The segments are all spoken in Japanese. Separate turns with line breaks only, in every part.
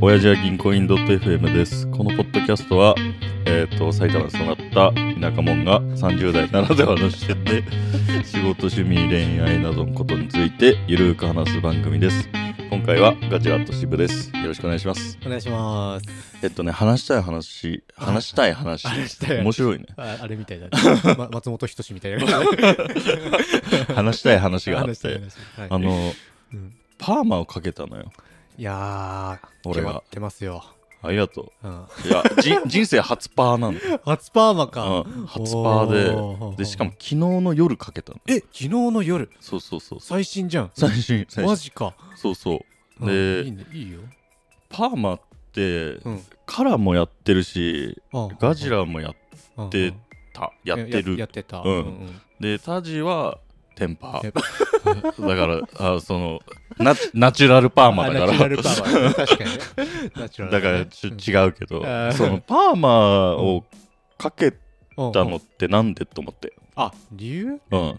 親父は銀行員 .fm です。このポッドキャストは、えっ、と、埼玉に育った田舎者が30代ならではの視点で、仕事、趣味、恋愛などのことについてゆるーく話す番組です。今回はガチガット渋です。よろしくお願いします。
お願いします。
えっとね、話したい話、話したい話。
話したい話
面白いね。
ああれみたいだね。 ま、松本人志みたいな感じで。
話したい話があっ
話したい
て。
話はい
あの、
うん
パーマをかけたのよ。
いやー、
俺が
決まってますよ。
ありがと
うん、
う。いや、じ人生初パーなん だ。
初パーマか。
うん、初パー
お
で
ー
でしかも、昨日の夜かけたの
え、昨日の夜、
そうそうそう
最新じゃん。
最新最
マ
新
ジか。
そうそう
うん
で
いいね、いいよ。
パーマって、
うん
カラーもやってるし
あ
ガジ
っ
ラもやってたやって
や
る
ってた。
うんでタジはテンパ
テン
だからあそのナチナチュラルパーマだか
あナチュラルパ
ら
ーマね。確かにね。ナチュラ
だ
ル
か
ね
らちょ
うん
違うけど
あー
そのパーマをかけた
うんう
の
ん
ってなんでと思って
あ、理由
うん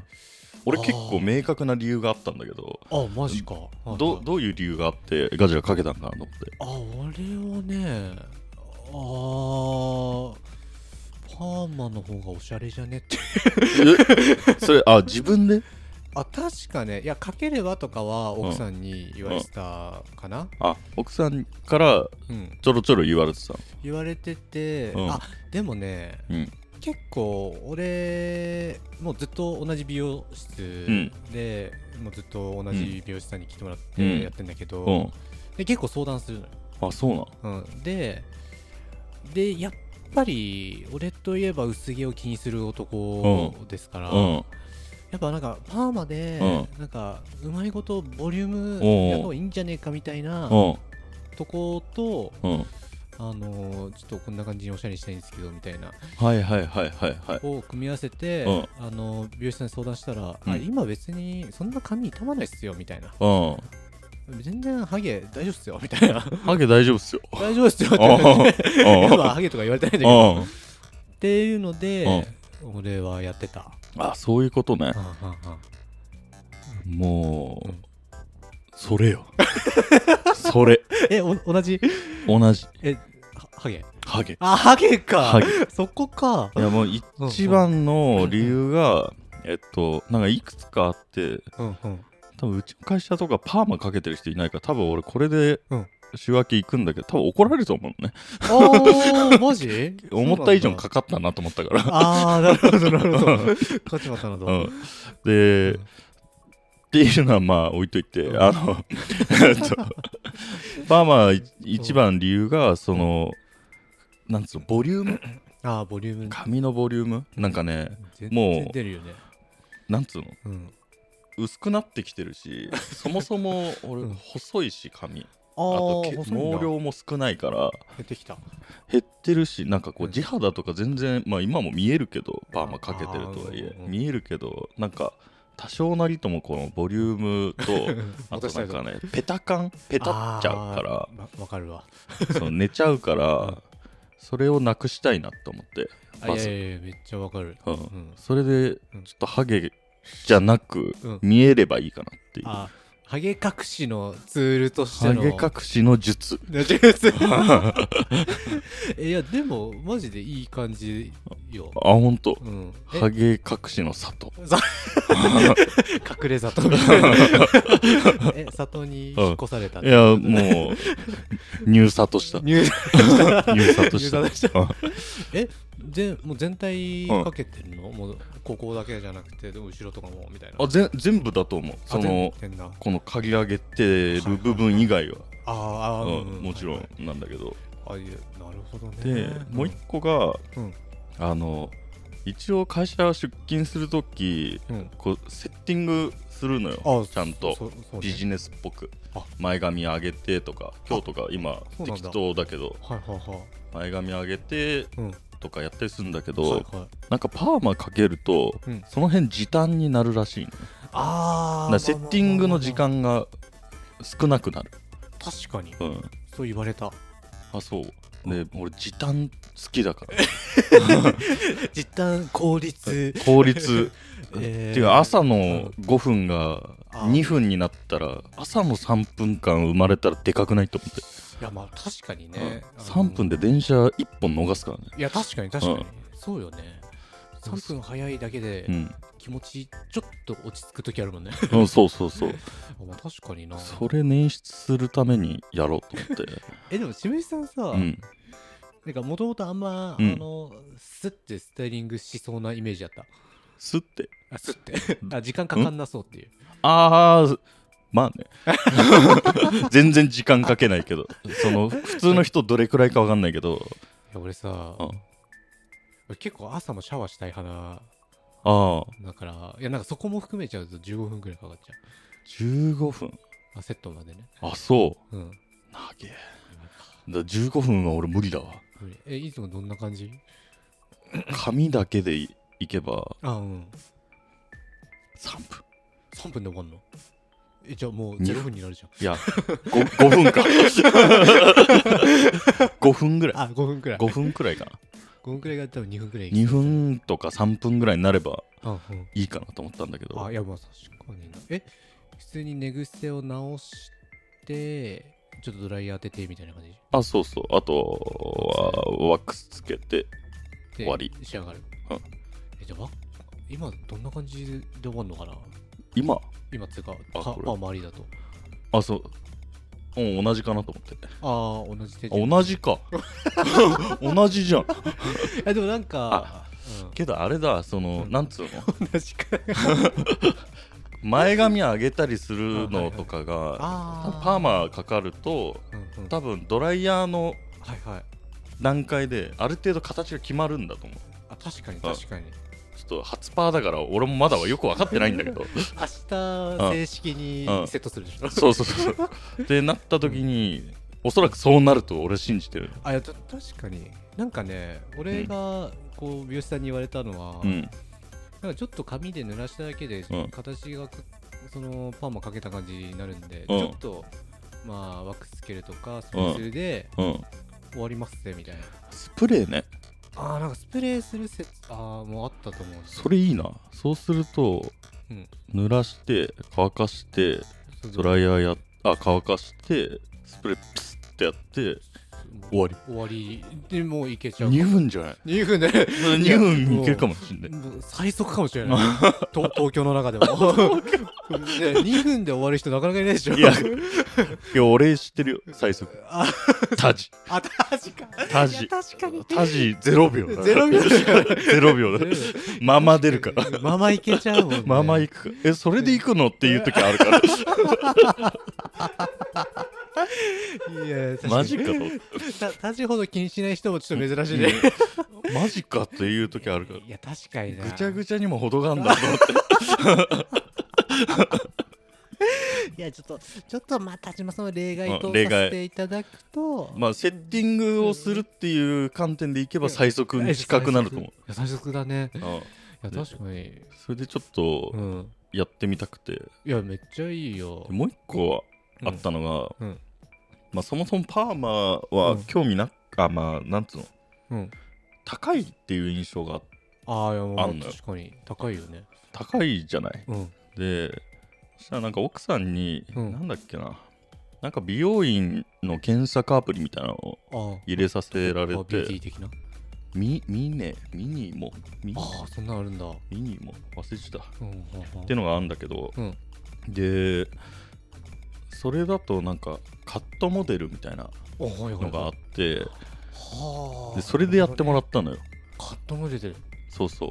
俺結
あ
構明確な理由があったんだけど
あ、マジか。
どどういう理由があってガジラかけたんかなと思って
あ俺はねあーパーマの方がおしゃれじゃねって
えそれあ自分で
あ確かねいやかければとかは奥さんに言われてたかな、
あ奥さんから
うん
ちょろちょろ言われてたの
言われてて、
うん
あでもね
うん
結構俺もうずっと同じ美容室で、もうずっと同じ美容師さんに来てもらっ
うん
てやってんだけど、
う
で結構相談するのよ
んあそうなの
うん、ででやっぱり俺といえば薄毛を気にする男ですから、や
うん
っぱなんかパーマで、
う
なんかうまいことボリュー
おうお
ム
う
やった方がいいんじゃねえかみたいな
うん
とこと、
うん
あのーちょっとこんな感じにおしゃれにしたいんですけどみたいな
はいはいはいはいはい
を組み合わせて、
うん
あのー美容師さんに相談したら、
うん
あ今別にそんな髪傷まないっすよみたいな
う
全然ハゲ大丈夫っすよみた いな
んハゲ大丈夫っすよ
大丈夫っすよって
うん
言われて
う
まあハゲとか言われてないんだけど
んうん
っていうので、俺はやってた、
あそういうことねもうそれ よそれ
えお同じ
同じ
えはハゲ
ハゲ
あハゲか
ハゲ
そこか
いやもう一番の理由がえっとなんかいくつかあって
うんうん
多分うちの会社とかパーマかけてる人いないから多分俺これで
うん
仕分け行くんだけど多分怒られると思うのね
おーマジ
思った以上に
そうなんだ
かかったなと思ったから
あーなるほどなるほど勝ちまったなど、
う
うん
んでっていうのはまあ置いといて
うん
あのえっとパーマい一番理由がそのなんつうのボリューム
あーボリューム
髪のボリュームなんかね
全
もう
然出るよね
なんつうの
うん
薄くなってきてるしそもそも俺
うん
細いし髪
あ
あと
ー
け
細いんだ
毛量も少ないから
減ってきた
減ってるしなんかこう
うん
地肌とか全然まあ今も見えるけどパーマかけてるとはいえ
あーうん
見えるけどなんか多少なりともこのボリューム とあと
私た
なん
ち
かねペタ感ペタっちゃうか
あーわわかるわ
らその寝ちゃうか
うん
らそれをなくしたいなと思って
あ
ま
いや
ず
いやいやめっちゃわかる
うん
うん
それで
うん
ちょっとハゲじゃなく
うん
見えればいいかなっていうハ
あハゲ隠しのツールとしての
ゲ隠しの術
大丈夫ですいやでもマジでいい感じよ
あ、ほんと
うん、え
ハゲ隠しの里
さ隠 れ里みたいなえ里に引っ越されたっ
い
て
やもう入里した
入
入里した
入里した
うん
えでもう 全体
うん
かけてるの、もうここだけじゃなくてでも後ろとかもみたいな
あぜん全部だと思うその
全部やってんだ
この刈り上げてる部分以外は、
あーあー、
うん、もちろ
はい
んなんだけど、
はいあいやなるほどね
で、もう一個が、
うん
あの一応会社出勤するとき
個、うん、
こうセッティングするのよ
あ
ちゃんと
そそうね
ビジネスっぽく
あ
前髪上げてとか今日とか今
そうなんだ
適当だけど
はいはいはい
前髪上げて
うん
とかやったりするんだけど、
はいはい
なんかパーマかけると、
うん
その辺時短になるらしいのだか
あ
ら
あ
セッティングの時間が少なくなる、
確かに
うん、
そう言われた
あそうで俺時短好きだから
実態効率
効率
えー
っていうか朝の5分が
あ
2分になったら朝の3分間生まれたらでかくないと思って、
いやまあ確かにね
うん3分
で
で電車1本逃すからね
いや確かに確か
う
に
ん
そうよね3分早いだけ
う
で
ん
気持ちちょっと落ち着く時あるもんね
うん、そうそうそう
あ まあ確かにな
それ捻出するためにやろうと思って、
えでも渋井さんさ
うん、
なんかもともとあんま、
うん
あのスッてスタイリングしそうなイメージだった
すって
あスッて あ時間かかんなそうっていう
ああまあ ね全然時間かけないけどその普通の人どれくらいかわかんないけど
いや俺さ、
うん
俺結構朝もシャワーしたい派な
ああ
だからいやなんかそこも含めちゃうと15分くらいかかっちゃ
15分
うあセットまでね
あそう
うん
なげえだから15分は俺無理だわ
無理えいつもどんな感じ
髪だけでいいけば
あうん
3分
3分で終わんのえじゃあもう
に
0分になるじゃん
いや 5, 5分か5分ぐらい
あ5分くらい
5分くらいかな
5分くらいが多分2分くらいい
2分とか3分ぐらいになれば
あ,、うん、
いいかなと思ったんだけど
あいやまあ確かになえ普通に寝癖を直してちょっとドライヤー当ててみたいな感じ
あそうそうあとはワックスつけて終
で
わり
仕上がる、
うん
えじゃあわ今どんな感じで終わるのかな
今
今っていうか
あ
パパ
これ
ー周りだと
あそううん同じかなと思って
ああ同じ手
あ同じか 同じじゃん
えでもなんか、うん
けどあれだそのなんつうの
同じか
前髪上げたりするのとかが
あ
パーマかかると
うんうん
多分ドライヤーの
はいはい
段階である程度形が決まるんだと思う
あ確かに確かに
ちょっと初パーだから俺もまだはよく分かってないんだけ ど
明日正式に
うん
セットするでしょ、
そうそうそうってなった時におそらくそうなると俺は信じてる
あいやた確かになんかね俺がこう美容師さんに言われたのは、
うん
なんかちょっと紙で濡らしただけで、
うん
形がくそのパーマかけた感じになるんで、
うん
ちょっとまあワックスつけるとかスプレーするで
うん
終わりますねみたいな、
スプレーね
あーなんかスプレーする説あーもうあったと思うんですよ
それいいなそうすると、
うん
濡らして乾かしてドライヤーやあ乾かしてスプレーピスってやって終わり
終わりでもういけちゃう
2分じゃない
2分で
2分いけるかもしんない
もう最速かもしれない と東京の中でもね2分で終わる人なかなかいないでしょ
いやいや俺知ってるよ 最速
あ
タジ
あ確か
タジ
いや確かに
タジ0秒
0秒
0秒 だまま出るから
ままいけちゃうもん、ね、
まあまあ行くかえそれで行くのっていう時ある から
いや確かに
マジかと思って
たじほど気にしない人もちょっと珍しいね
てマジかっていう時あるから
いや確かにな
ぐちゃぐちゃにも程があるんだと思って
いやちょっとちょっとまあ田島さんは例外
う
と
ん
さ
例外
せていただくと、
まあセッティングをするっていう観点でいけば最速に近くなると思う
いや最速だね
うん、
いや確かに
それでちょっと
うん
やってみたくて、
いやめっちゃいいよ
もう一個はあったのが、
うんうん
まあ、そもそもパーマは興味なく、あまあなんつうの
うん
高いっていう印象が
ああいやまあ
あんのよ
確かに高いよね
高いじゃない
うん
でそしたらなんか奥さんに、
うん
なんだっけななんか美容院の検索アプリみたいなのを
あ
入れさせら
あビ
れ
ューティ
て
ー的な
ミミネミニモミ
ああそんなんあるんだ
ミニモ忘れてたっ
うんうんうん
てのがあるんだけど、
うん
でそれだとなんかカットモデルみたいな
おはいはい
のがあ
は
って
あ
でそれでやってもら
っ
ったのよ
カットも出てる
そうそう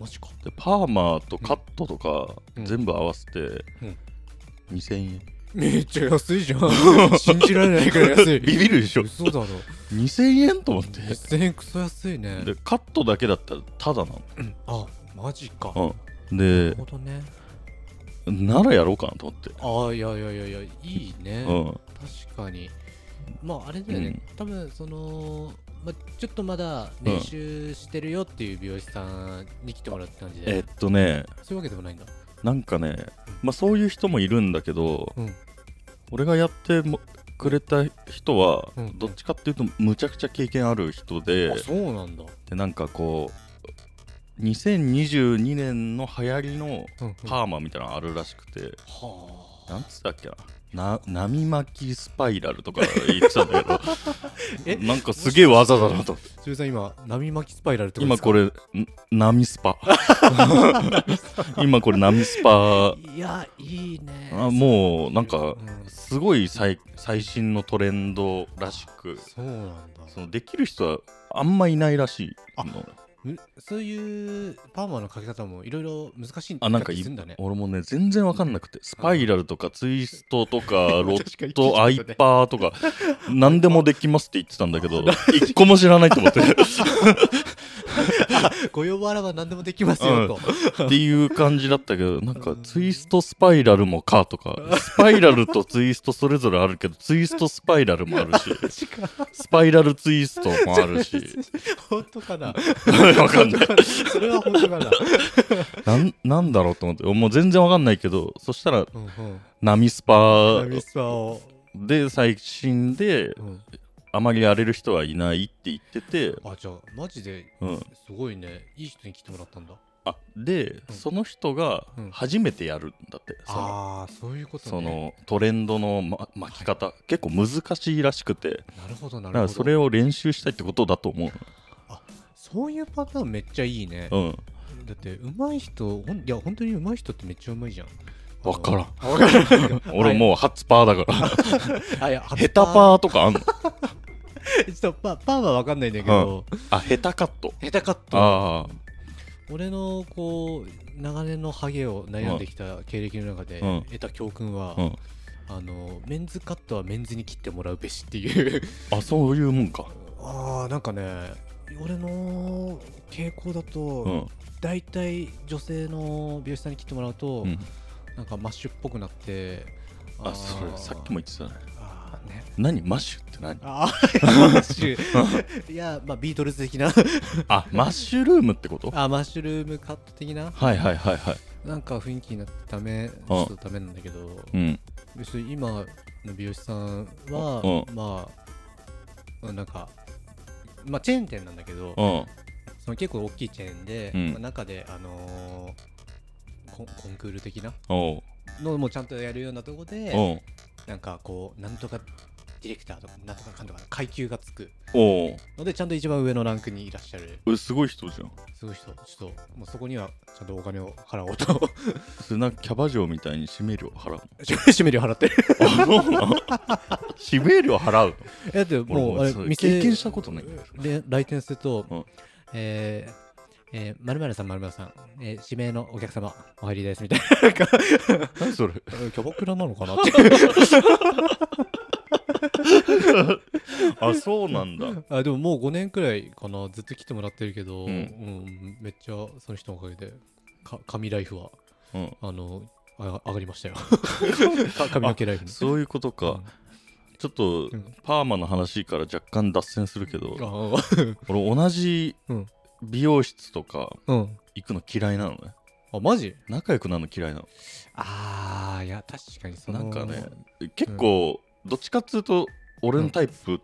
マジか
でパーマとカットとか
うん
全部合わせて
うん
2000円、
めっちゃ安いじゃん 信じられないくらい安 い
ビビるでしょ
嘘だろ
2000円と思って
1000円クソ安いね
でカットだけだったらただな
あマジかなる
の、うん、で
ほどね
ならやろうかなと思って
ああいやいやいやいやいいね
うん
確かにまああれだよね、
うん
多分その、まあ、ちょっとまだ練習してるよっていう美容師さんに来てもらうって感じで、
えっとね
そういうわけでもないんだ
なんかね、まあ、そういう人もいるんだけど、
うん
俺がやってもくれた人は
うんうん
どっちかっていうとむちゃくちゃ経験ある人で
あそうなんだ、
でなんかこう2022年の流行りの
うんうんは
パーマみたいなのあるらしくて
あ
なんつったっけなな波巻きスパイラルとか言ってたんだけ
え
どなんかすげえ技だなと思って
それさん今波巻きスパイラルってことで
今
す
こ
か
れん波スパ 今これ波スパ
いやいいね
あもうなんか
うん
すごい最最新のトレンドらしく
そうなんだ
そのできる人はあんまいないらしい
あ
の
むそういうパーマのかけ方もいろいろ難しい
あなんかい
いんだね。
俺もね全然わかんなくてスパイラルとかツイストとかロ
確か
ッ
に
トアイパーとか何でもできますって言ってたんだけど一個も知らないと思って
ご要望あらば何でもできますよと。
っていう感じだったけどなんかツイストスパイラルもかとかスパイラルとツイストそれぞれあるけどツイストスパイラルもあるしスパイラルツイストもあるし
本当かな
わかんない
それは本当かな。
なんなんだろうと思ってもう全然わかんないけどそしたら
うんうん
ナミスパ
ラミスパを。
で最新で
うん
あまりやれる人はいないって言ってて、
あ、じゃあ、マジで
うん、
すごいね。いい人に来てもらったんだ。
あで、
うん
その人が
うん
初めてやるんだって、その
ああ、そういうことね。
そのトレンドの、ま、巻き方、結構難しいらしくて
なるほど、な
だ
る
か
ほ
ら
ど。
それを練習したいってことだと思
そういうパターンめっちゃいいね
う。うん
だって、上手い人、ほんいや、本当に上手い人ってめっちゃ上手いじゃん。
わからん
あの。わからん
俺もう初パーだから
あ、いや、
下手パーとかあんの
ちょっとパーパーは分かんないんだけど、
あ下手カット
下手カット
あ
俺のこう長年のハゲを悩んできた経歴の中で
うん
得た教訓は、
あ、うん、
あのメンズカットはメンズに切ってもらうべしっていう
あそういうもんか
あーなんかね俺の傾向だ
う
と、
ん
だいたい女性の美容師さんに切ってもらうと、
うん
なんかマッシュっぽくなって
あそれさっきも言ってたね
あーね
何マッシュって何
あー マッシュいやまあビートルズ的な
あマッシュルームってこと
あマッシュルームカット的な
はいはいはいはい
なんか雰囲気になってダメちょっとダメなんだけど
うん
別に今の美容師さんは、まあなんかまあチェーン店なんだけど
うん
その結構大きいチェーンで、
うん
まあ中であのーコンコンクール的な
おう
のもちゃんとやるようなとこで
おう
なんかこうなんとかディレクターとかなんとかかんとか階級がつく
おう
のでちゃんと一番上のランクにいらっしゃる
えすごい人じゃん
すごい人ちょっともうそこにはちゃんとお金を払おうと
それなんかキャバ嬢みたいに指名料 払う
締め料払 ってる
あそうなの指名料払う
えだって もうあ
俺
れ
もう
店
経験したことない
で来店すると、
うん
えーえー、〇〇さん、〇〇さん、えー、指名のお客様、お入りです、みたいな。なんか、
何それ
えーキャバクラなのかなって。
あそうなんだ
あでももう5年くらいかな、ずっと来てもらってるけど、
うん
うんめっちゃその人のおかげで、か神ライフは、
うん
あの、あ上がりましたよ。か髪の毛ライフに
そういうことかちょっと
うん
パーマの話から若干脱線するけど
あー
俺同じ
うん
美容室とか
うん。
行くの嫌いなのね
あ、マジ
仲良くなるの嫌いなの
ああ、いや、確かにその
なんかね結構どっちかっつうと俺のタイプ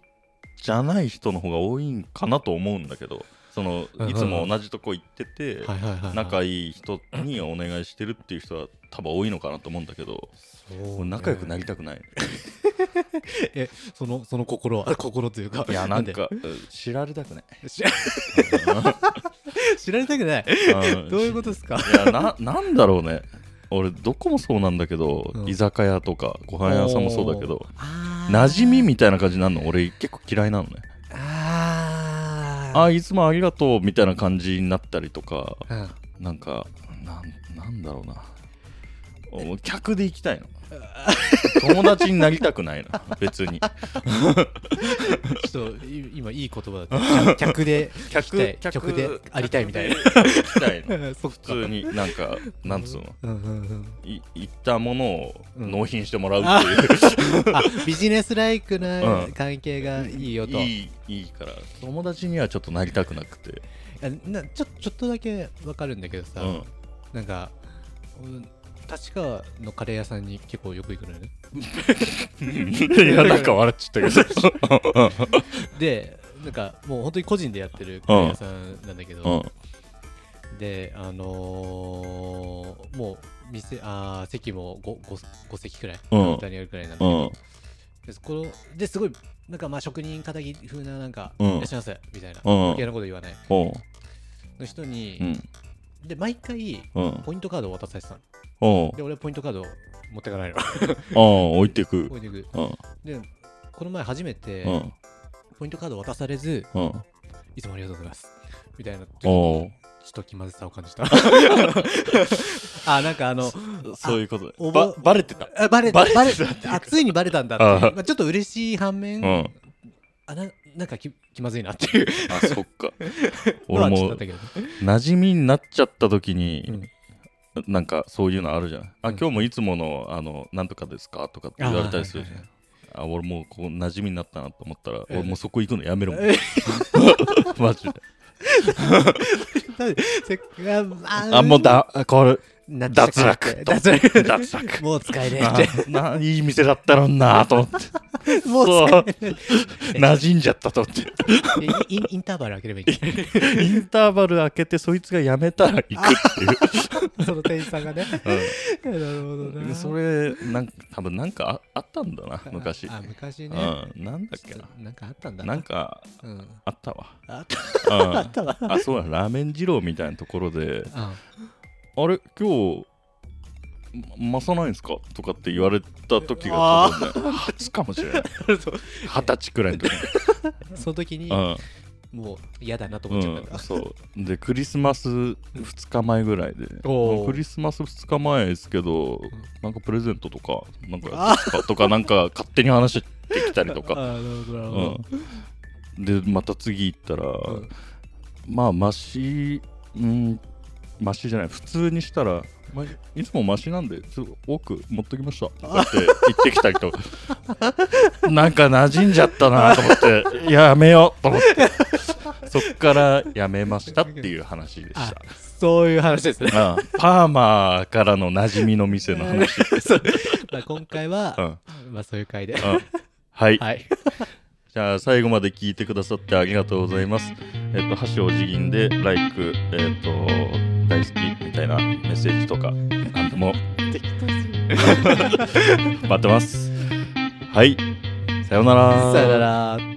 じゃない人の方が多いんかなと思うんだけどその
うんうんうん
いつも同じとこ行ってて
はいはいはいはい、
仲いい人にお願いしてるっていう人は多分多いのかなと思うんだけど
そう
俺
ね
仲良くなりたくない
え、その、その心は、心というか。
いやなん
で
かうん知られたく ない
知ら知られたくない。どういうこ
と
とですか
いや ななんだろうね俺どこもそうなんだけど
うん
居酒屋とかご飯屋さんもそうだけど
あー
馴染みみたいな感じになるの俺結構嫌いなのね
あー
あいつもありがとうみたいな感じになったりとか
うん
なんかなんなんだろうなお客で行きたい の友達になりたくないな別に
ちょっとい今いい言葉だった客で
客
客客でありたいみたいな
客で行きたいの
そっ
普
か
通になん かなんつうの
うんうんうん
い行ったものを
うん
納品してもらうって
あビジネスライクな
うん
関係がいい
いう、
よと、
いいいいから友達にはちょっとなりたくなくて、
あなちょちょっとだけわかるんだけどさ、
うん
なんかうん確かのカレー屋さんに結構よく行くのよね
いやなんか笑っちゃったけど
でなんかもう本当に個人でやってるカレー屋さんなんだけど、
うん
であのーもう店あー席も 5, 5, 5席くらいカ
うん
ウンターにあるくらいなん
う
で,、
ん
でそこですごいなんかまあ職人かたぎ風ななんか、
うん
いらっしゃいませみたいな、
うん
余計なこと言わない
おう
の人に、
うん
で毎回
うん
ポイントカードを渡されてたの
おう
で俺はポイントカードを持って かないの
ああ置いてく
置いてく
うん
でこの前初めて
うん
ポイントカードを渡されず
うん
いつもありがとうございますみたいな時に
おう
ちょっと気まずさを感じた あなんかあの
そういうこと
お
ば
ぼ
バレてた
あバレ
バ
バ
レ
レ
て
バ
た
レあついにバレたんだって
ああ
まあ、ちょっと嬉しい反面、
うん
あななんかき気まずいなっていう
あそっか
のは
俺
ちょ
も
っとあったけどね
馴染みになっちゃった時に、なんかそういうのあるじゃんあ、
うん
今日もいつものあのなんとかですかとかって言われたりするじゃんあ,、俺もうこう馴染みになったなと思ったら、
ええ
俺もうそこ行くのやめろもん
え
マジで
なんでせっあま
あもうだこれ
なっちゃって
脱落
脱落
脱落
もう使えねえっ
あないい店だったろうなと思 って
てもう使えねえ
馴染んじゃったと思って
でインインターバル開ければいいんじ
インターバル開けてそいつがやめたら行くっていう
ゃん その店員さんがねなるほど
うん
な
それなんか多分なんかああったんだな昔
ああ昔ね
うん、なんだっけ
ちょっ
な
となんかあったんだ
なんか
うん
あったわ
あった
あ
あったわ
あそうだラーメン二郎みたいなところで
あ
「あれ今日ま増さないんすか?」とかって言われた時がちょっとね初かもしれない二十歳くらいの 時
その時に
うん
もう嫌だなと思っちゃったん
うん
だ
そうでクリスマス2日前ぐらいで
おー
クリスマス2日前ですけどなんかプレゼントとかなんかやってたとかなんか勝手に話してきたりとか、
あなるほどな
う
るほど
ん、でまた次行ったら、
うん
まあマシうんマシじゃない普通にしたら、まあ、いつもマシなんでちょっと多く持っときましたとかって言ってきたりと かなんか馴染んじゃったなと思ってやめようと思ってそっからやめましたっていう話でし
あ
た。
そういう話ですね
あパーマーからの馴染みの店の話、
そうまあ今回
う
は、
ん
まあそういう回で。
うんはい、
はい。
じゃあ最後まで聞いてくださってありがとうございます。えっと、箸お辞儀で、ライク、えっと、大好きみたいなメッセージとか、なんでも
適当す ぎ
待ってます。はい、さようなら。
さよなら。